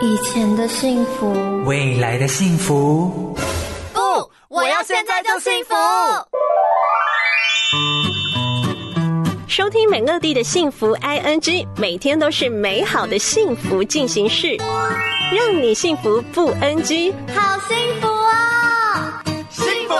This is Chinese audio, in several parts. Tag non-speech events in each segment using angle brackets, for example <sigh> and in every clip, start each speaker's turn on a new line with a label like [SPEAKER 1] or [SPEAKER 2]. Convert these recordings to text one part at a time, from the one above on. [SPEAKER 1] 以前的幸福，
[SPEAKER 2] 未来的幸福。
[SPEAKER 3] 不，哦我要现在就幸福。
[SPEAKER 4] 收听美乐蒂的幸福 ING，每天都是美好的幸福进行式，让你幸福不 NG。
[SPEAKER 3] 好幸福哦！
[SPEAKER 5] 幸福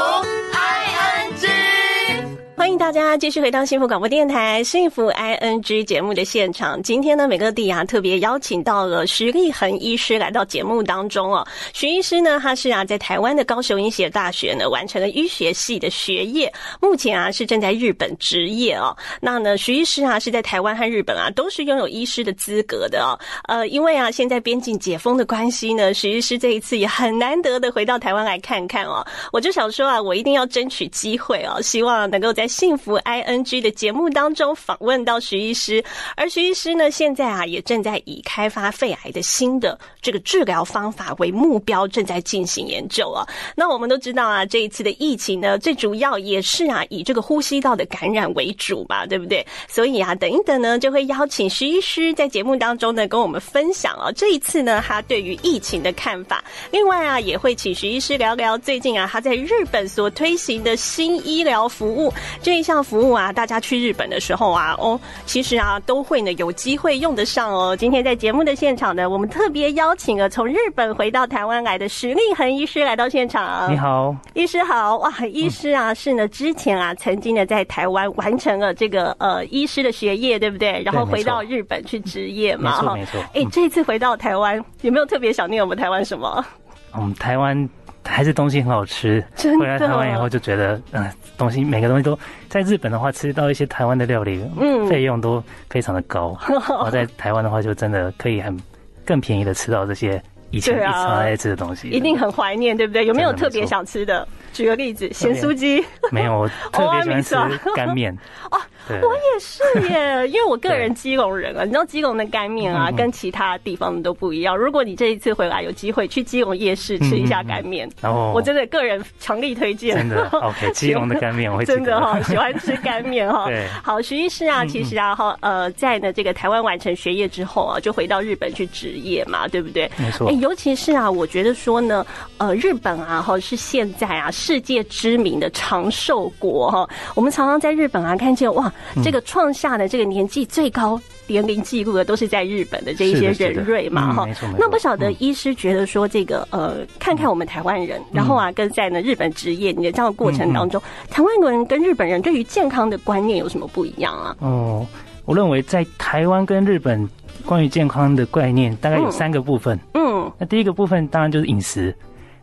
[SPEAKER 5] ING，
[SPEAKER 4] 欢迎大家继续回到幸福广播电台幸福 ING 节目的现场。今天呢，美乐蒂啊特别邀请到了徐立恒医师来到节目当中哦。徐医师呢，他是啊在台湾的高雄医学大学呢完成了医学系的学业，目前啊是正在日本执业哦。那呢，徐医师啊是在台湾和日本啊都是拥有医师的资格的哦。呃，因为啊现在边境解封的关系呢，徐医师这一次也很难得的回到台湾来看看哦。我就想说啊，我一定要争取机会哦，希望能够在幸福 ING 的节目当中访问到徐医师。而徐医师呢，现在啊也正在以开发肺癌的新的这个治疗方法为目标，正在进行研究啊。那我们都知道啊，这一次的疫情呢，最主要也是啊以这个呼吸道的感染为主嘛，对不对？所以啊，等一等呢，就会邀请徐医师在节目当中呢跟我们分享哦，这一次呢他对于疫情的看法。另外啊，也会请徐医师聊聊最近啊他在日本所推行的新医疗服务这一项服务啊，大家去日本的时候啊，哦，其实啊都会呢有机会用得上哦。今天在节目的现场呢，我们特别邀请了从日本回到台湾来的石立恒医师来到现场。啊
[SPEAKER 2] 你好，
[SPEAKER 4] 医师好哇！医师啊，是呢，之前啊，曾经呢在台湾完成了这个呃医师的学业，对不对？然后
[SPEAKER 2] 没
[SPEAKER 4] 回
[SPEAKER 2] 错
[SPEAKER 4] 到日本去职业嘛，
[SPEAKER 2] 没错
[SPEAKER 4] 哈
[SPEAKER 2] 没错嗯
[SPEAKER 4] 哎、这次回到台湾，有没有特别想念我们台湾什么？
[SPEAKER 2] 我们嗯台湾还是东西很好吃，
[SPEAKER 4] 真的
[SPEAKER 2] 回来台湾以后就觉得，嗯、东西每个东西都在日本的话吃到一些台湾的料理，
[SPEAKER 4] 嗯
[SPEAKER 2] 费用都非常的高。
[SPEAKER 4] <laughs>
[SPEAKER 2] 然后在台湾的话，就真的可以很更便宜的吃到这些以前
[SPEAKER 4] 对
[SPEAKER 2] 一
[SPEAKER 4] 啊
[SPEAKER 2] 直常爱吃的东西。
[SPEAKER 4] 一定很怀念，对不对？有没有
[SPEAKER 2] 真的
[SPEAKER 4] 特
[SPEAKER 2] 没
[SPEAKER 4] 别
[SPEAKER 2] 错
[SPEAKER 4] 想吃的？举个例子，咸酥鸡。
[SPEAKER 2] 没有，
[SPEAKER 4] <laughs>
[SPEAKER 2] 我特别喜欢吃
[SPEAKER 4] 偶尔没错
[SPEAKER 2] 干面。
[SPEAKER 4] <laughs> 哦，
[SPEAKER 2] 对
[SPEAKER 4] 我也是耶，
[SPEAKER 2] <laughs>
[SPEAKER 4] 因为我个人基隆人啊，你知道基隆的干面
[SPEAKER 2] 嗯
[SPEAKER 4] 啊，跟其他地方的都不一样。如果你这一次回来有机会去基隆夜市吃一下干面，
[SPEAKER 2] 然后
[SPEAKER 4] 我真的个人强力推荐。
[SPEAKER 2] 嗯哦真的 OK，基隆的干面我会记
[SPEAKER 4] <laughs> 真的
[SPEAKER 2] 得
[SPEAKER 4] 哈、喜欢吃干面哈、
[SPEAKER 2] <laughs> 对
[SPEAKER 4] 好，徐医师啊，
[SPEAKER 2] 嗯
[SPEAKER 4] 其实啊哈，呃，在呢这个台湾完成学业之后啊，就回到日本去职业嘛，对不对？
[SPEAKER 2] 没错
[SPEAKER 4] 哎尤其是啊，我觉得说呢，呃，日本啊哈是现在啊世界知名的长寿国哈、我们常常在日本啊看见哇，
[SPEAKER 2] 嗯
[SPEAKER 4] 这个创下的这个年纪最高年龄记录的都是在日本的这一些
[SPEAKER 2] 是的是
[SPEAKER 4] 人
[SPEAKER 2] 的
[SPEAKER 4] 瑞嘛
[SPEAKER 2] 嗯
[SPEAKER 4] 哈、
[SPEAKER 2] 没错没错
[SPEAKER 4] 那不晓得
[SPEAKER 2] 嗯
[SPEAKER 4] 医师觉得说这个呃，看看我们台湾人，然后啊跟在呢日本职业你的这样的过程当
[SPEAKER 2] 嗯
[SPEAKER 4] 中，台湾人跟日本人对于健康的观念有什么不一样啊？
[SPEAKER 2] 哦，我认为在台湾跟日本关于健康的概念大概有
[SPEAKER 4] 嗯
[SPEAKER 2] 三个部分。
[SPEAKER 4] 嗯，
[SPEAKER 2] 那第一个部分当然就是饮食。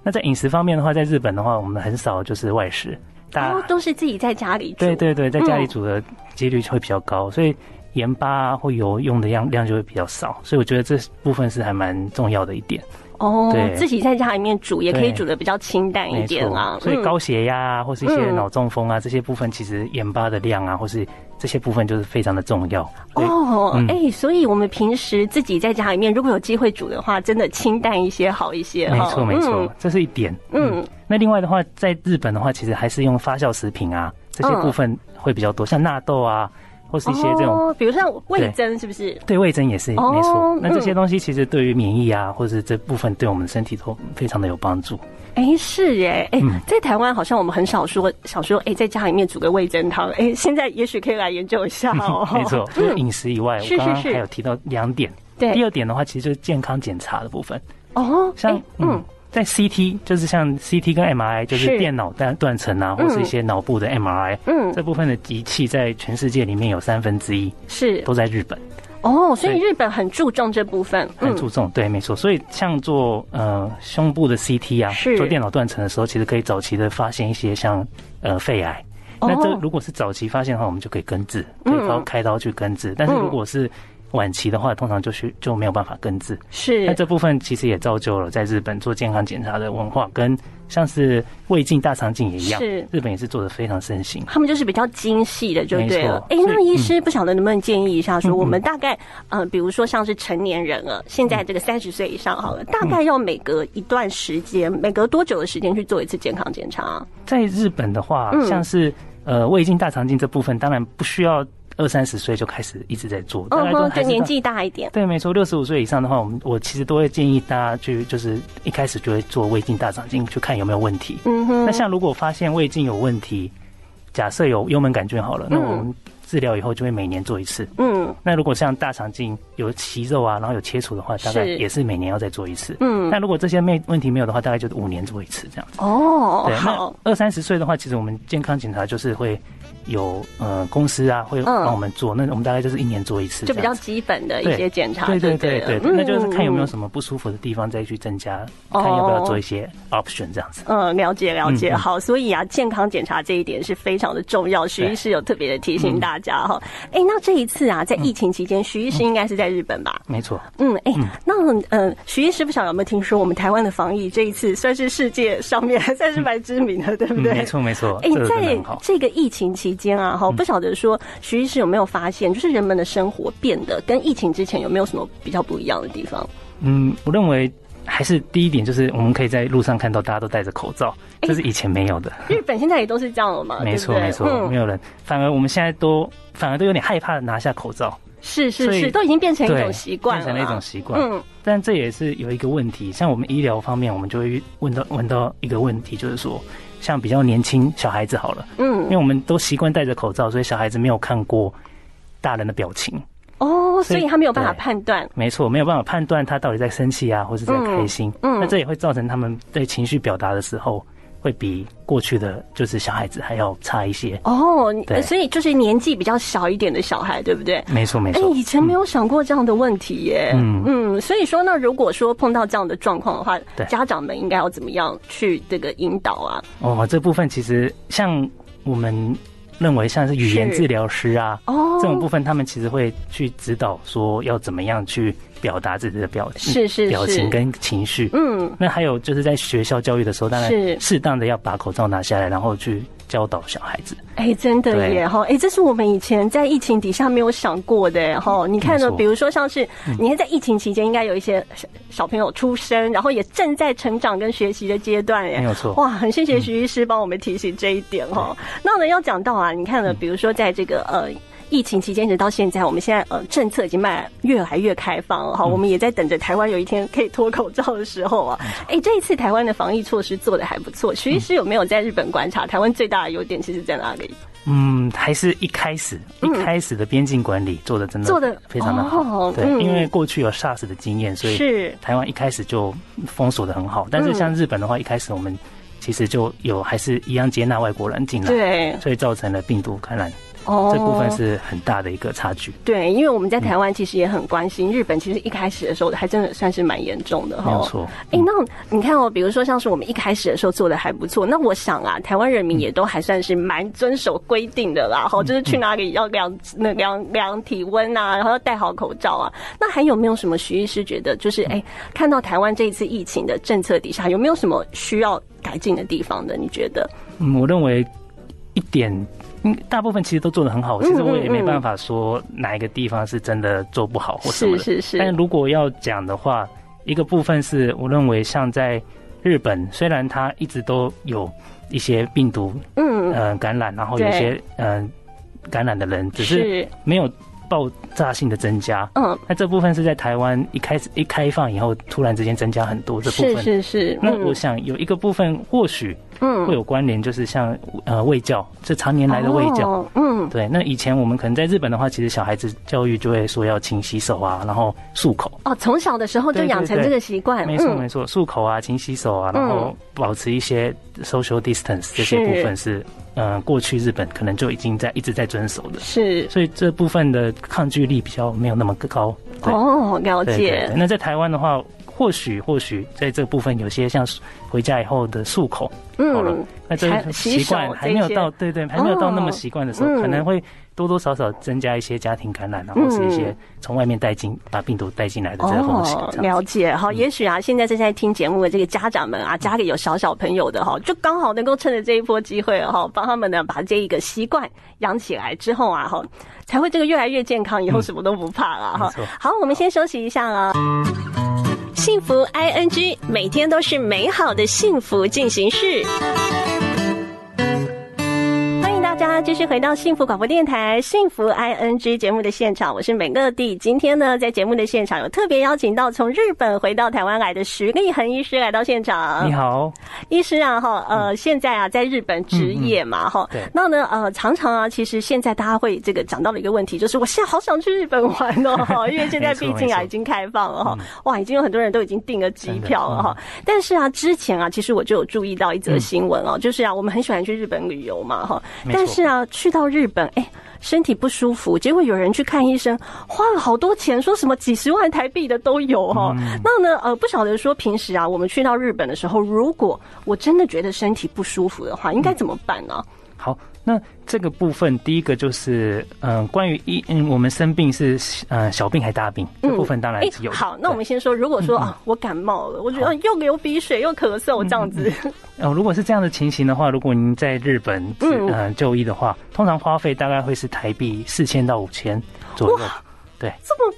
[SPEAKER 2] 那在饮食方面的话，在日本的话，我们很少就是外食，大
[SPEAKER 4] 然后
[SPEAKER 2] 家
[SPEAKER 4] 哦都是自己在家里煮，
[SPEAKER 2] 啊对对对，在家里
[SPEAKER 4] 嗯
[SPEAKER 2] 煮的几率会比较高，所以盐巴啊或油用的量量就会比较少，所以我觉得这部分是还蛮重要的一点，
[SPEAKER 4] 哦
[SPEAKER 2] 对，
[SPEAKER 4] 自己在家里面煮也可以
[SPEAKER 2] 对
[SPEAKER 4] 煮的比较清淡一
[SPEAKER 2] 没
[SPEAKER 4] 点啊
[SPEAKER 2] 错。。所以高血压啊，或是一些
[SPEAKER 4] 嗯
[SPEAKER 2] 脑中风啊这些部分，其实盐巴的量啊，或是这些部分就是非常的重要。对，
[SPEAKER 4] 哦，哎、
[SPEAKER 2] 嗯
[SPEAKER 4] 所以我们平时自己在家里面，如果有机会煮的话，真的清淡一些好一些
[SPEAKER 2] 没
[SPEAKER 4] 哈
[SPEAKER 2] 错没错
[SPEAKER 4] 嗯，
[SPEAKER 2] 这是一点。
[SPEAKER 4] 嗯
[SPEAKER 2] 嗯，那另外的话，在日本的话，其实还是用发酵食品啊这些
[SPEAKER 4] 嗯
[SPEAKER 2] 部分会比较多，像纳豆啊，或是一些这种
[SPEAKER 4] 哦，比如像味增是不是？
[SPEAKER 2] 对味增也是、
[SPEAKER 4] 哦
[SPEAKER 2] 没错。那这些
[SPEAKER 4] 嗯
[SPEAKER 2] 东西其实对于免疫啊，或者这部分对我们的身体都非常的有帮助。
[SPEAKER 4] 哎，是耶，哎
[SPEAKER 2] 嗯，。
[SPEAKER 4] 在台湾好像我们很少说想说，哎，在家里面煮个味噌汤，哎，现在也许可以来研究一下哦
[SPEAKER 2] <laughs> 没错，除了饮食以外，
[SPEAKER 4] 是
[SPEAKER 2] 我刚刚
[SPEAKER 4] 是是
[SPEAKER 2] 还有提到两点。
[SPEAKER 4] 对
[SPEAKER 2] 第二点的话，其实就是健康检查的部分，
[SPEAKER 4] 哦，
[SPEAKER 2] 像
[SPEAKER 4] 哎嗯，
[SPEAKER 2] 在 CT 就是像 CT 跟 MRI，就是
[SPEAKER 4] 是
[SPEAKER 2] 电脑断断层啊，或是一些脑部的 MRI，
[SPEAKER 4] 嗯
[SPEAKER 2] 这部分的仪器在全世界里面有三分之一
[SPEAKER 4] 是
[SPEAKER 2] 都在日本，
[SPEAKER 4] 哦，所以
[SPEAKER 2] 对
[SPEAKER 4] 日本很注重这部分，嗯
[SPEAKER 2] 很注重。对，没错。所以像做呃胸部的 CT 啊，
[SPEAKER 4] 是
[SPEAKER 2] 做电脑断层的时候，其实可以早期的发现一些像呃肺癌。
[SPEAKER 4] 哦嗯
[SPEAKER 2] 那这如果是早期发现的话，我们就可以根治，可以靠开刀去根治。但是如果是晚期的话，通常就是就没有办法根治。
[SPEAKER 4] 是
[SPEAKER 2] 那这部分其实也造就了在日本做健康检查的文化，跟像是胃镜、大肠镜也一样，
[SPEAKER 4] 是
[SPEAKER 2] 日本也是做的非常盛行。
[SPEAKER 4] 他们就是比较精细的，就对了。哎、
[SPEAKER 2] 没错嗯
[SPEAKER 4] 那
[SPEAKER 2] 所以
[SPEAKER 4] 医师不晓得能不能建议一下，说
[SPEAKER 2] 嗯
[SPEAKER 4] 我们大概、呃，比如说像是成年人了，现在这个三十岁以上好
[SPEAKER 2] 嗯
[SPEAKER 4] 了，大概要每隔一段时间，每隔多久的时间去做一次健康检查啊？
[SPEAKER 2] 在日本的话，
[SPEAKER 4] 嗯
[SPEAKER 2] 像是呃胃镜、大肠镜这部分，当然不需要二三十岁就开始一直在做，大概
[SPEAKER 4] 嗯
[SPEAKER 2] 都
[SPEAKER 4] 哼，
[SPEAKER 2] 还
[SPEAKER 4] 就是年
[SPEAKER 2] 到
[SPEAKER 4] 纪大一点。
[SPEAKER 2] 对，没错，六十五岁以上的话，我们我其实都会建议大家去，就是一开始就会做胃镜大肠镜，去看有没有问题。
[SPEAKER 4] 嗯哼，
[SPEAKER 2] 那像如果发现胃镜有问题，假设有幽门杆菌好了，那我们治疗以后就会每年做一次。
[SPEAKER 4] 嗯
[SPEAKER 2] 那如果像大肠镜有息肉啊，然后有切除的话，大概
[SPEAKER 4] 是
[SPEAKER 2] 也是每年要再做一次。
[SPEAKER 4] 嗯
[SPEAKER 2] 那如果这些没问题没有的话，大概就是五年做一次这样子。
[SPEAKER 4] 哦
[SPEAKER 2] 对，那
[SPEAKER 4] 好，
[SPEAKER 2] 二三十岁的话，其实我们健康检查就是会有呃公司啊会帮我们做，那我们大概就是一年做一次这
[SPEAKER 4] 嗯就
[SPEAKER 2] 样子，
[SPEAKER 4] 比较基本的一
[SPEAKER 2] 对
[SPEAKER 4] 些检查
[SPEAKER 2] 对
[SPEAKER 4] 就
[SPEAKER 2] 对
[SPEAKER 4] 了，
[SPEAKER 2] 对对，那就是看有没有
[SPEAKER 4] 嗯
[SPEAKER 2] 什么不舒服的地方再去增加，
[SPEAKER 4] 哦
[SPEAKER 2] 看要不要做一些 option 这样子。
[SPEAKER 4] 嗯，了解了解，
[SPEAKER 2] 嗯嗯
[SPEAKER 4] 好，所以啊，健康检查这一点是非常的重要，徐医师有特别的提
[SPEAKER 2] 嗯
[SPEAKER 4] 醒大家哈。哎、那这一次啊，在疫情期间，徐医师
[SPEAKER 2] 嗯
[SPEAKER 4] 应该是在日本吧？
[SPEAKER 2] 没错，
[SPEAKER 4] 嗯，哎、那呃，徐医师不晓得有没有听说，我们台湾的防疫这一次算是世界上面算是蛮知名的，对不 <laughs>
[SPEAKER 2] 嗯，
[SPEAKER 4] 对？
[SPEAKER 2] 没错没错，
[SPEAKER 4] 哎、
[SPEAKER 2] 这个真的
[SPEAKER 4] 在
[SPEAKER 2] 很好。嗯
[SPEAKER 4] 这个疫情期间啊，哈，不晓得说徐医师有没有发现，就是人们的生活变得跟疫情之前有没有什么比较不一样的地方？
[SPEAKER 2] 嗯，我认为还是第一点就是我们可以在路上看到大家都戴着口罩，这是以前没有的。
[SPEAKER 4] <laughs> 日本现在也都是这样了嘛，
[SPEAKER 2] 没错
[SPEAKER 4] 哎哦对不嗯对
[SPEAKER 2] 没错，没有人，反而我们现在都反而都有点害怕拿下口罩，
[SPEAKER 4] 是是
[SPEAKER 2] 所以
[SPEAKER 4] 是，都已经变成一
[SPEAKER 2] 对
[SPEAKER 4] 种习惯了
[SPEAKER 2] 变
[SPEAKER 4] 啦，
[SPEAKER 2] 成了一种习惯。
[SPEAKER 4] 嗯
[SPEAKER 2] 但这也是有一个问题，像我们医疗方面，我们就会问到问到一个问题，就是说，像比较年轻小孩子好了。因
[SPEAKER 4] 嗯，
[SPEAKER 2] 为我们都习惯戴着口罩，所以小孩子没有看过大人的表情，
[SPEAKER 4] 哦，所
[SPEAKER 2] 所以
[SPEAKER 4] 以他没有办法
[SPEAKER 2] 对
[SPEAKER 4] 判断，
[SPEAKER 2] 没错，没有办法判断他到底在生气啊，或是在开心。
[SPEAKER 4] 嗯嗯
[SPEAKER 2] 那这也会造成他们对情绪表达的时候，会比过去的就是小孩子还要差一些。
[SPEAKER 4] 哦，你
[SPEAKER 2] 对
[SPEAKER 4] 所以就是年纪比较小一点的小孩，对不对？
[SPEAKER 2] 没错，没
[SPEAKER 4] 哎、
[SPEAKER 2] 错。
[SPEAKER 4] 以前没有想过这样的问题耶。嗯
[SPEAKER 2] 嗯
[SPEAKER 4] 所以说呢，如果说碰到这样的状况的话
[SPEAKER 2] 对，
[SPEAKER 4] 家长们应该要怎么样去这个引导啊？
[SPEAKER 2] 哦，这部分其实像我们认为像是语言
[SPEAKER 4] 是
[SPEAKER 2] 治疗师啊。
[SPEAKER 4] 哦，
[SPEAKER 2] 这种部分，他们其实会去指导说要怎么样去表达自己的表
[SPEAKER 4] 是是
[SPEAKER 2] 表
[SPEAKER 4] 是
[SPEAKER 2] 情跟情绪。
[SPEAKER 4] 嗯，
[SPEAKER 2] 那还有就是在学校教育的时候，当
[SPEAKER 4] 是
[SPEAKER 2] 然适当的要把口罩拿下来，然后去教导小孩子。
[SPEAKER 4] 哎、真的
[SPEAKER 2] 对
[SPEAKER 4] 耶哈，哎、这是我们以前在疫情底下没有想过的哈。你看呢
[SPEAKER 2] 没，错嗯
[SPEAKER 4] 比如说像是你看在疫情期间，应该有一些小小朋友出生，然后也正在成长跟学习的阶段耶，
[SPEAKER 2] 没有错嗯
[SPEAKER 4] 哇，很谢谢徐医师帮我们提醒这一点哈。那呢，要讲到啊，你看呢，比如说在这个呃。疫情期间一直到现在，我们现在呃政策已经慢越来越开放
[SPEAKER 2] 嗯
[SPEAKER 4] 了哈，我们也在等着台湾有一天可以脱口罩的时候啊。哎、这一次台湾的防疫措施做的还不错，徐医师有没有在日本观察？台湾最大的优点其实在哪里？
[SPEAKER 2] 嗯，还是一开始一开始的边境管理做的真的
[SPEAKER 4] 嗯做得
[SPEAKER 2] 非常的好
[SPEAKER 4] 哦。
[SPEAKER 2] 对
[SPEAKER 4] 嗯，
[SPEAKER 2] 因为过去有 SARS 的经验，所以
[SPEAKER 4] 是
[SPEAKER 2] 台湾一开始就封锁的很好。但是
[SPEAKER 4] 嗯
[SPEAKER 2] 像日本的话，一开始我们其实就有还是一样接纳外国人进来，
[SPEAKER 4] 对
[SPEAKER 2] 所以造成了病毒感染，
[SPEAKER 4] 哦
[SPEAKER 2] 这部分是很大的一个差距。
[SPEAKER 4] 对，因为我们
[SPEAKER 2] 嗯
[SPEAKER 4] 在台湾其实也很关心、日本，其实一开始的时候还真的算是蛮严重的哈。
[SPEAKER 2] 没有错嗯
[SPEAKER 4] 哎、那你看哦，比如说像是我们一开始的时候做的还不错，那我想啊，台湾人
[SPEAKER 2] 嗯
[SPEAKER 4] 民也都还算是蛮遵守规定的啦，哈、就是去哪里要量那量量体温啊，然后要戴好口罩啊。那还有没有什么徐医师觉得
[SPEAKER 2] 嗯
[SPEAKER 4] 就是哎、看到台湾这一次疫情的政策底下，有没有什么需要改进的地方的？你觉得？
[SPEAKER 2] 嗯，我认为一点，嗯，大部分其实都做得很好。
[SPEAKER 4] 嗯
[SPEAKER 2] 其实我也没办法说哪一个地方是真的做不好或什么
[SPEAKER 4] 是是
[SPEAKER 2] 的。
[SPEAKER 4] 是，
[SPEAKER 2] 但如果要讲的话，一个部分是我认为像在日本，虽然它一直都有一些病毒
[SPEAKER 4] 嗯，
[SPEAKER 2] 呃感染，然后有一些嗯、呃、感染的人，只是没有爆炸性的增加。
[SPEAKER 4] 嗯，
[SPEAKER 2] 那这部分是在台湾一开始一开放以后，突然之间增加很多这部
[SPEAKER 4] 是
[SPEAKER 2] 分。
[SPEAKER 4] 是是，
[SPEAKER 2] 那
[SPEAKER 4] 嗯
[SPEAKER 2] 我想有一个部分或许
[SPEAKER 4] 嗯
[SPEAKER 2] 会有关联，就是像呃卫教，这常年来的卫教。
[SPEAKER 4] 哦，嗯，
[SPEAKER 2] 对，那以前我们可能在日本的话，其实小孩子教育就会说要勤洗手啊，然后漱口。
[SPEAKER 4] 哦，从小的时候就
[SPEAKER 2] 对对
[SPEAKER 4] 养成
[SPEAKER 2] 对
[SPEAKER 4] 这个习惯，
[SPEAKER 2] 没错
[SPEAKER 4] 嗯
[SPEAKER 2] 没错，漱口啊，勤洗手啊，然后保持一些 social distance 这些
[SPEAKER 4] 是
[SPEAKER 2] 部分是，呃，过去日本可能就已经在一直在遵守的，
[SPEAKER 4] 是
[SPEAKER 2] 所以这部分的抗拒力比较没有那么高。对
[SPEAKER 4] 哦，了
[SPEAKER 2] 对对
[SPEAKER 4] 解
[SPEAKER 2] 对，，那在台湾的话，或许或许在这部分有些像回家以后的漱口，好了
[SPEAKER 4] 嗯，
[SPEAKER 2] 那这
[SPEAKER 4] 还
[SPEAKER 2] 个习
[SPEAKER 4] 洗手哦
[SPEAKER 2] 惯还没有到，对对，还没有到那么习惯的时候，
[SPEAKER 4] 嗯
[SPEAKER 2] 可能会多多少少增加一些家庭感染，然后是一
[SPEAKER 4] 嗯
[SPEAKER 2] 些从外面带进把病毒带进来的这个风险。这样
[SPEAKER 4] 哦了解哈。
[SPEAKER 2] 嗯
[SPEAKER 4] 也许啊，现在正在听节目的这个家长们啊，家里有小小朋友的哈，就刚好能够趁着这一波机会哈，帮他们呢把这一个习惯养起来之后啊哈，才会这个越来越健康，以后什么都不怕了哈
[SPEAKER 2] 嗯没错。
[SPEAKER 4] 好，我们先休息一下啊啦。幸福 ING，每天都是美好的幸福进行式。欢迎大家啦，继续回到幸福广播电台幸福 ING 节目的现场，我是美乐蒂。今天呢，在节目的现场有特别邀请到从日本回到台湾来的石立恒医师来到现场。
[SPEAKER 2] 你好，嗯
[SPEAKER 4] 医师啊，哈，呃，现在啊，在日本职业嘛，哈、
[SPEAKER 2] 对
[SPEAKER 4] 那呢，呃，常常啊，其实现在大家会这个讲到的一个问题，就是我现在好想去日本玩哦，
[SPEAKER 2] <laughs>
[SPEAKER 4] 哈因为现在
[SPEAKER 2] 没错
[SPEAKER 4] 毕竟啊，
[SPEAKER 2] 没错
[SPEAKER 4] 已经开放了
[SPEAKER 2] 嗯
[SPEAKER 4] 哈，哇，已经有很多人都已经订了机票了哈。但是啊，之前啊，其实我就有注意到一则新闻哦，就是啊，我们很喜欢去日本旅游嘛，哈，
[SPEAKER 2] 嗯没错
[SPEAKER 4] 但是啊，去到日本，哎。身体不舒服，结果有人去看医生，花了好多钱，说什么几十万台币的都有哈、哦
[SPEAKER 2] 嗯
[SPEAKER 4] 那呢，呃，不晓得说平时啊，我们去到日本的时候，如果我真的觉得身体不舒服的话，应该怎么办呢？
[SPEAKER 2] 好，那这个部分第一个就是，嗯、关于医，嗯，我们生病是呃小病还大病，这部分当然
[SPEAKER 4] 哎、
[SPEAKER 2] 是有嗯的、
[SPEAKER 4] 好，那我们先说，如果说啊，我感冒了，我觉得、啊又流鼻水又咳嗽这样子，
[SPEAKER 2] 哦，如果是这样的情形的话，如果您在日本治
[SPEAKER 4] 嗯
[SPEAKER 2] 呃就医的话，通常花费大概会是台币四千到五千左右。对，
[SPEAKER 4] <laughs>
[SPEAKER 2] <laughs>
[SPEAKER 4] 这么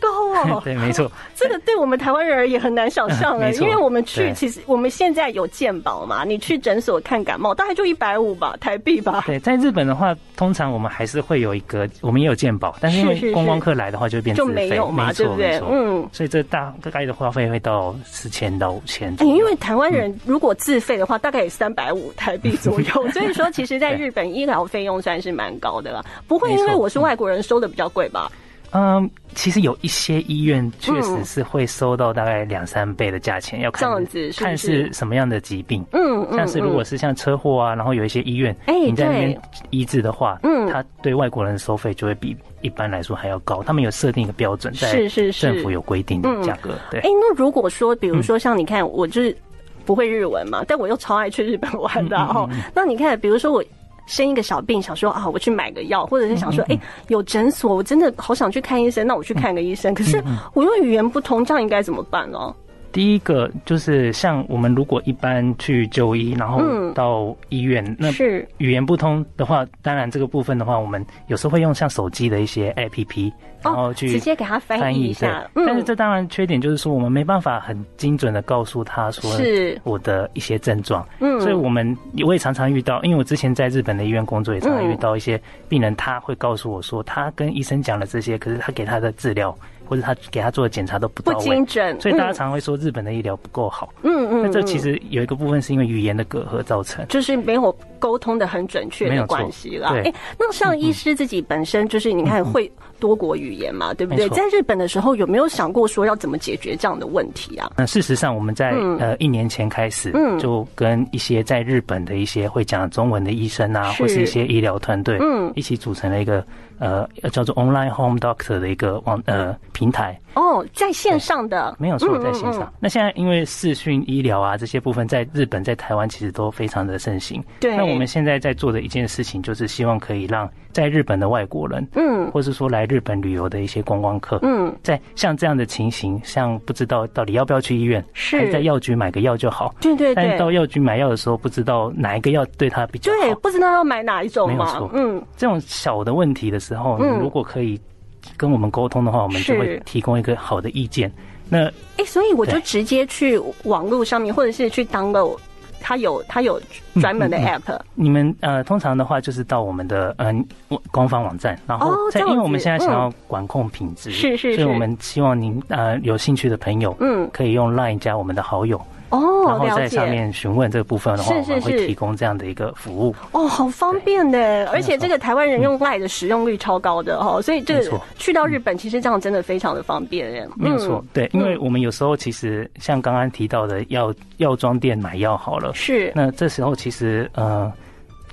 [SPEAKER 4] 高哦。
[SPEAKER 2] 对，没错，
[SPEAKER 4] 这个对我们台湾人而言很难想象了，
[SPEAKER 2] 没错
[SPEAKER 4] 因为我们去
[SPEAKER 2] 对
[SPEAKER 4] 其实我们现在有健保嘛，你去诊所看感冒大概就一百五吧，台币吧。
[SPEAKER 2] 对，在日本的话，通常我们还是会有一个，我们也有健保，但是因
[SPEAKER 4] 是是
[SPEAKER 2] 为
[SPEAKER 4] 是
[SPEAKER 2] 观光客来的话，就变
[SPEAKER 4] 就
[SPEAKER 2] 自
[SPEAKER 4] 没
[SPEAKER 2] 费，
[SPEAKER 4] 有嘛，
[SPEAKER 2] 没
[SPEAKER 4] 对
[SPEAKER 2] 错，
[SPEAKER 4] 不对
[SPEAKER 2] 没？错。
[SPEAKER 4] 嗯。
[SPEAKER 2] 所以这大大概的花费会到四千到五千
[SPEAKER 4] 哎
[SPEAKER 2] 左右。
[SPEAKER 4] 因为台湾人如果自费的话，大概也三百五台币左右， <laughs> 所以说其实在
[SPEAKER 2] 嗯 <laughs> 对
[SPEAKER 4] 日本医疗费用算是蛮高的了。不会
[SPEAKER 2] 没
[SPEAKER 4] 因
[SPEAKER 2] 错
[SPEAKER 4] 为我是外国人收的比较贵吧？
[SPEAKER 2] 嗯，其实有一些医院确
[SPEAKER 4] 嗯
[SPEAKER 2] 实是会收到大概两三倍的价钱，要看
[SPEAKER 4] 这样子是不
[SPEAKER 2] 看
[SPEAKER 4] 是
[SPEAKER 2] 是什么样的疾病。
[SPEAKER 4] 嗯嗯
[SPEAKER 2] 像是如果
[SPEAKER 4] 嗯，
[SPEAKER 2] 是像车祸啊，然后有一些医院，
[SPEAKER 4] 哎
[SPEAKER 2] 你在那
[SPEAKER 4] 对
[SPEAKER 2] 边医治的话，
[SPEAKER 4] 嗯
[SPEAKER 2] 他对外国人的收费就会比一般来说还要高。他们有设定一个标准，在
[SPEAKER 4] 是是是
[SPEAKER 2] 政府有规定的价格，对嗯
[SPEAKER 4] 哎，，那如果说，比如说像你看，我就是不会日文嘛，但我又超爱去日本玩
[SPEAKER 2] 嗯
[SPEAKER 4] 的啊哦。那你看，比如说我。生一个小病，想说啊，我去买个药，或者是想
[SPEAKER 2] 嗯
[SPEAKER 4] 说，哎、有诊所，我真的好想去看医生，那我去看个医生。可
[SPEAKER 2] 嗯
[SPEAKER 4] 是我又语言不通，这样应该怎么办呢？
[SPEAKER 2] 第一个就是像我们如果一般去就医，然后
[SPEAKER 4] 嗯
[SPEAKER 2] 到医院，那
[SPEAKER 4] 是
[SPEAKER 2] 语言不通的话，当然这个部分的话，我们有时候会用像手机的一些 APP，然后
[SPEAKER 4] 哦，
[SPEAKER 2] 去、
[SPEAKER 4] 直接给他翻译一下。嗯
[SPEAKER 2] 对但是这当然缺点就是说，我们没办法很精准的告诉他说
[SPEAKER 4] 是
[SPEAKER 2] 我的一些症状。
[SPEAKER 4] 嗯
[SPEAKER 2] 所以我们我也常常遇到，因为我之前在日本的医院工作，也常常遇到一些病人，他会告诉我说，他跟医生讲了这些，可是他给他的治疗或者他给他做的检查都不
[SPEAKER 4] 不
[SPEAKER 2] 到位
[SPEAKER 4] 精。准，
[SPEAKER 2] 所以大家
[SPEAKER 4] 嗯
[SPEAKER 2] 常会说日本的医疗不够好，
[SPEAKER 4] 嗯嗯
[SPEAKER 2] 那这
[SPEAKER 4] 嗯
[SPEAKER 2] 其实有一个部分是因为语言的隔阂造成。
[SPEAKER 4] 就是没有沟通的很准确
[SPEAKER 2] 没有
[SPEAKER 4] 的
[SPEAKER 2] 错
[SPEAKER 4] 关系啦。
[SPEAKER 2] 对嗯
[SPEAKER 4] 诶那像医师自己本身就是你看会多国语言嘛，对不对？
[SPEAKER 2] 没错
[SPEAKER 4] 在日本的时候有没有想过说要怎么解决这样的问题啊？
[SPEAKER 2] 那事实上，我们在、
[SPEAKER 4] 嗯
[SPEAKER 2] 呃一年前开始
[SPEAKER 4] 嗯，
[SPEAKER 2] 就跟一些在日本的一些会讲中文的医生啊，
[SPEAKER 4] 是
[SPEAKER 2] 或是一些医疗团队，
[SPEAKER 4] 嗯
[SPEAKER 2] 一起组成了一个呃叫做 Online Home Doctor 的一个网呃平台，
[SPEAKER 4] 哦，在线上的
[SPEAKER 2] 没有错，在线
[SPEAKER 4] 嗯
[SPEAKER 2] 上。
[SPEAKER 4] 嗯
[SPEAKER 2] 那现在因为视讯医疗啊这些部分，在日本、在台湾其实都非常的盛行。
[SPEAKER 4] 对
[SPEAKER 2] 那我们现在在做的一件事情，就是希望可以让在日本的外国人，
[SPEAKER 4] 嗯
[SPEAKER 2] 或是说来日本旅游的一些观光客，
[SPEAKER 4] 嗯
[SPEAKER 2] 在像这样的情形，像不知道到底要不要去医院，
[SPEAKER 4] 是
[SPEAKER 2] 还在药局买个药就好。
[SPEAKER 4] 对对
[SPEAKER 2] 但到
[SPEAKER 4] 对
[SPEAKER 2] 药局买药的时候，不知道哪一个药对他比较
[SPEAKER 4] 对，
[SPEAKER 2] 好。
[SPEAKER 4] 不知道要买哪一种
[SPEAKER 2] 没有
[SPEAKER 4] 嘛
[SPEAKER 2] 错？
[SPEAKER 4] 嗯，
[SPEAKER 2] 这种小的问题的时候，
[SPEAKER 4] 嗯
[SPEAKER 2] 你如果可以跟我们沟通的话，我们就会
[SPEAKER 4] 是
[SPEAKER 2] 提供一个好的意见。那
[SPEAKER 4] 哎、所以我就
[SPEAKER 2] 对
[SPEAKER 4] 直接去网络上面，或者是去 download，它有它有专门的
[SPEAKER 2] 嗯嗯
[SPEAKER 4] app，、
[SPEAKER 2] 你们呃，通常的话就是到我们的嗯、呃、官方网站，然后
[SPEAKER 4] 哦这
[SPEAKER 2] 在、
[SPEAKER 4] 样子
[SPEAKER 2] 因为我们现在想要管控品质，
[SPEAKER 4] 是是
[SPEAKER 2] 所
[SPEAKER 4] 是
[SPEAKER 2] 以我们希望您呃有兴趣的朋友，
[SPEAKER 4] 嗯
[SPEAKER 2] 可以用 LINE 加我们的好友，然
[SPEAKER 4] 哦，
[SPEAKER 2] 后
[SPEAKER 4] 了
[SPEAKER 2] 在
[SPEAKER 4] 解。
[SPEAKER 2] 上面询问这个部分的话，
[SPEAKER 4] 是是
[SPEAKER 2] 我们
[SPEAKER 4] 是
[SPEAKER 2] 会提供这样的一个服务。
[SPEAKER 4] 哦，好方便的，而且这个台湾人用 Line 的使用率超高的哦，所以这
[SPEAKER 2] 嗯没
[SPEAKER 4] 个
[SPEAKER 2] 错
[SPEAKER 4] 去到日本其实这样真的非常的方便嗯耶。
[SPEAKER 2] 没有错，对，因
[SPEAKER 4] 嗯
[SPEAKER 2] 为我们有时候其实像刚刚提到的药药妆店买药好了
[SPEAKER 4] 嗯，，是
[SPEAKER 2] 那这时候其实呃，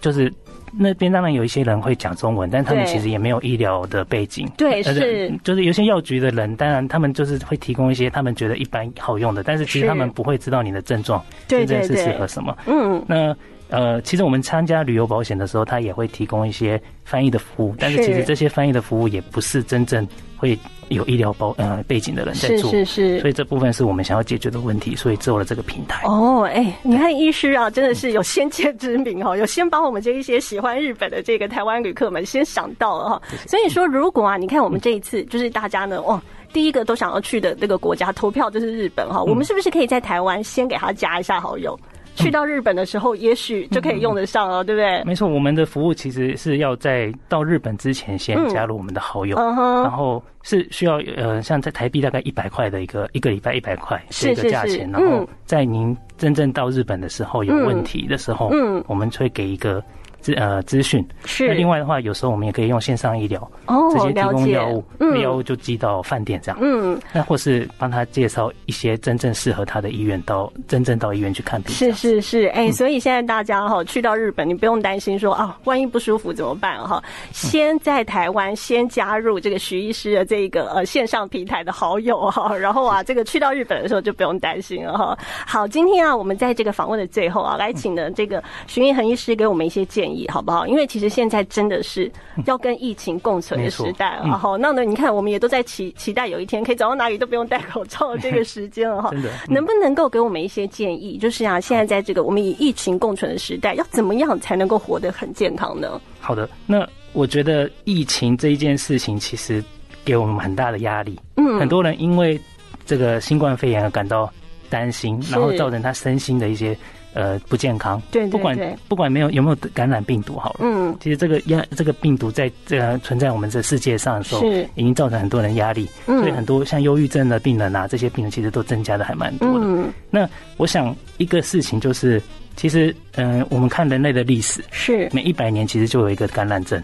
[SPEAKER 2] 就是那边当然有一些人会讲中文，但他们
[SPEAKER 4] 对
[SPEAKER 2] 其实也没有医疗的背景。
[SPEAKER 4] 对
[SPEAKER 2] 呃
[SPEAKER 4] 是，
[SPEAKER 2] 就是有些药局的人，当然他们就是会提供一些他们觉得一般好用的，但是其
[SPEAKER 4] 是
[SPEAKER 2] 实他们不会知道你的症状
[SPEAKER 4] 对
[SPEAKER 2] 真正
[SPEAKER 4] 对
[SPEAKER 2] 是适
[SPEAKER 4] 对
[SPEAKER 2] 合什么。
[SPEAKER 4] 嗯
[SPEAKER 2] 那呃，其实我们参加旅游保险的时候，它也会提供一些翻译的服务，但是
[SPEAKER 4] 是
[SPEAKER 2] 其实这些翻译的服务也不是真正会有医疗保呃背景的人在
[SPEAKER 4] 是
[SPEAKER 2] 做，
[SPEAKER 4] 是是
[SPEAKER 2] 所以这部分是我们想要解决的问题，所以做了这个平台。
[SPEAKER 4] 哦，哎、你看医师啊，真的是有先见之明
[SPEAKER 2] <laughs>
[SPEAKER 4] 哦，有先帮我们这一些喜欢日本的这个台湾旅客们先想到了哈、哦所以说，如果啊，你看我们这一次就是大家呢，哦，第一个哦
[SPEAKER 2] 嗯
[SPEAKER 4] 都想要去的那个国家投票就是日本哈、我们是不是可以在台湾先给他加一下好友？去到日本的时候，也许就可以用得上了，对不对？
[SPEAKER 2] 没错，我们的服务其实是要在到日本之前先加入我们的好友，
[SPEAKER 4] 嗯哼
[SPEAKER 2] 然后是需要呃，像在台币大概一百块的一个一个礼拜一百块
[SPEAKER 4] 是
[SPEAKER 2] 这个价
[SPEAKER 4] 是
[SPEAKER 2] 钱，
[SPEAKER 4] 是
[SPEAKER 2] 然后在您真正到日本的时候有问题的时候，
[SPEAKER 4] 嗯嗯
[SPEAKER 2] 我们会给一个资呃资讯。
[SPEAKER 4] 是
[SPEAKER 2] 那另外的话，有时候我们也可以用线上医疗，
[SPEAKER 4] 哦
[SPEAKER 2] 直接提
[SPEAKER 4] 了
[SPEAKER 2] 供
[SPEAKER 4] 解
[SPEAKER 2] 药物，
[SPEAKER 4] 嗯
[SPEAKER 2] 药物就寄到饭店这样。
[SPEAKER 4] 嗯，
[SPEAKER 2] 那或是帮他介绍一些真正适合他的医院到真正到医院去看病
[SPEAKER 4] 是
[SPEAKER 2] 这样。
[SPEAKER 4] 是是，
[SPEAKER 2] 嗯
[SPEAKER 4] 哎、所以现在大家哈、去到日本，你不用担心说啊，万一不舒服怎么办哈、
[SPEAKER 2] 嗯
[SPEAKER 4] 先在台湾先加入这个徐医师的这个呃线上平台的好友哈、然后啊，这个去到日本的时候就不用担心了哈、好，今天啊，我们在这个访问的最后啊，来请呢这个徐运恒医师给我们一些建议好不好？因为其实现在真的是
[SPEAKER 2] 嗯
[SPEAKER 4] 要跟疫情共存的
[SPEAKER 2] 没错
[SPEAKER 4] 时代了哈、啊那呢，你看我们也都在期期待有一天可以走到哪里都不用戴口罩的这个时间了哈。
[SPEAKER 2] <laughs> 真的嗯
[SPEAKER 4] 能不能够给我们一些建议？就是啊，现在在这个我们以疫情共存的时代，要怎么样才能够活得很健康呢？
[SPEAKER 2] 好的，那我觉得疫情这一件事情其实给我们很大的压力，
[SPEAKER 4] 嗯
[SPEAKER 2] 很多人因为这个新冠肺炎而感到担心，
[SPEAKER 4] 是
[SPEAKER 2] 然后造成他身心的一些呃不健康。
[SPEAKER 4] 对对
[SPEAKER 2] 不
[SPEAKER 4] 对
[SPEAKER 2] 管不管没有有没有感染病毒好了，
[SPEAKER 4] 嗯，
[SPEAKER 2] 其实这个压这个病毒在这、呃、存在我们这世界上的时候
[SPEAKER 4] 是，
[SPEAKER 2] 已经造成很多人压力，
[SPEAKER 4] 嗯
[SPEAKER 2] 所以很多像忧郁症的病人啊，这些病人其实都增加的还蛮多的。
[SPEAKER 4] 嗯，
[SPEAKER 2] 那我想一个事情就是，其实嗯、呃我们看人类的历史，
[SPEAKER 4] 是
[SPEAKER 2] 每一百年其实就有一个感染症，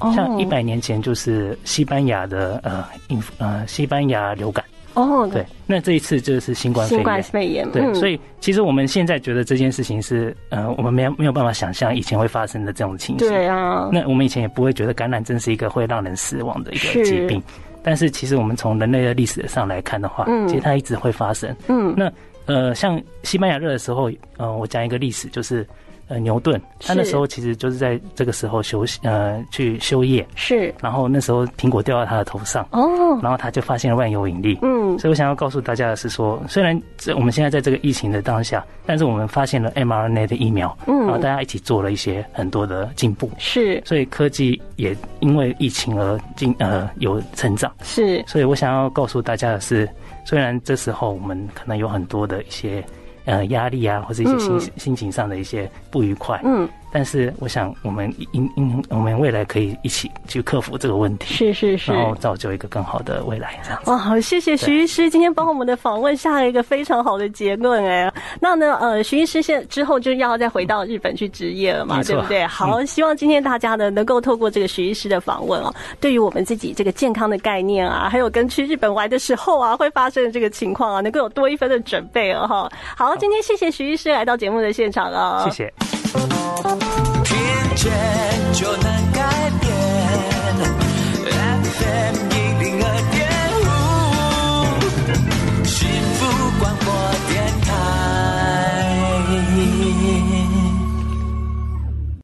[SPEAKER 4] 哦
[SPEAKER 2] 像一百年前就是西班牙的呃印呃西班牙流感，
[SPEAKER 4] 哦，
[SPEAKER 2] 对，，那这一次就是新冠肺
[SPEAKER 4] 新冠
[SPEAKER 2] 炎。
[SPEAKER 4] 肺炎，嗯
[SPEAKER 2] 对，所
[SPEAKER 4] 以
[SPEAKER 2] 以其实我们现在觉得这件事情是，呃，我们没有没有办法想象以前会发生的这种情形。
[SPEAKER 4] 对啊，
[SPEAKER 2] 那我们以前也不会觉得感染症是一个会让人死亡的一
[SPEAKER 4] 是
[SPEAKER 2] 个疾病，但是其实我们从人类的历史上来看的话，
[SPEAKER 4] 嗯
[SPEAKER 2] 其实它一直会发生。
[SPEAKER 4] 嗯，
[SPEAKER 2] 那呃，像西班牙热的时候，呃，我讲一个历史，就是呃牛顿，他
[SPEAKER 4] 是
[SPEAKER 2] 那时候其实就是在这个时候休息，呃，去休业，
[SPEAKER 4] 是
[SPEAKER 2] 然后那时候苹果掉到他的头上，
[SPEAKER 4] 哦，
[SPEAKER 2] 然后他就发现了万有引力。
[SPEAKER 4] 嗯，
[SPEAKER 2] 所以我想要告诉大家的是说，虽然这我们现在在这个疫情的当下，但是我们发现了 mRNA 的疫苗，
[SPEAKER 4] 嗯
[SPEAKER 2] 然后大家一起做了一些很多的进步，
[SPEAKER 4] 是
[SPEAKER 2] 所以科技也因为疫情而进呃有成长。
[SPEAKER 4] 是
[SPEAKER 2] 所以我想要告诉大家的是，虽然这时候我们可能有很多的一些呃压力啊，或者一些心、心情上的一些不愉快，
[SPEAKER 4] 嗯，
[SPEAKER 2] 但是我想我们应应我们未来可以一起去克服这个问题，
[SPEAKER 4] 是是是，
[SPEAKER 2] 然后造就一个更好的未来，这样子。
[SPEAKER 4] 哇，哦好，谢谢徐医师今天帮我们的访问下了一个非常好的结论哎。那呢，呃，徐医师现之后就要再回到日本去职业了嘛，
[SPEAKER 2] 没错嗯
[SPEAKER 4] 对不对？好，希望今天大家呢能够透过这个徐医师的访问哦，对于我们自己这个健康的概念啊，还有跟去日本玩的时候啊会发生的这个情况啊，能够有多一分的准备哦哈。好，今天谢谢徐医师来到节目的现场啊了，
[SPEAKER 2] 谢。谢。
[SPEAKER 1] 听见就能改变。FM 一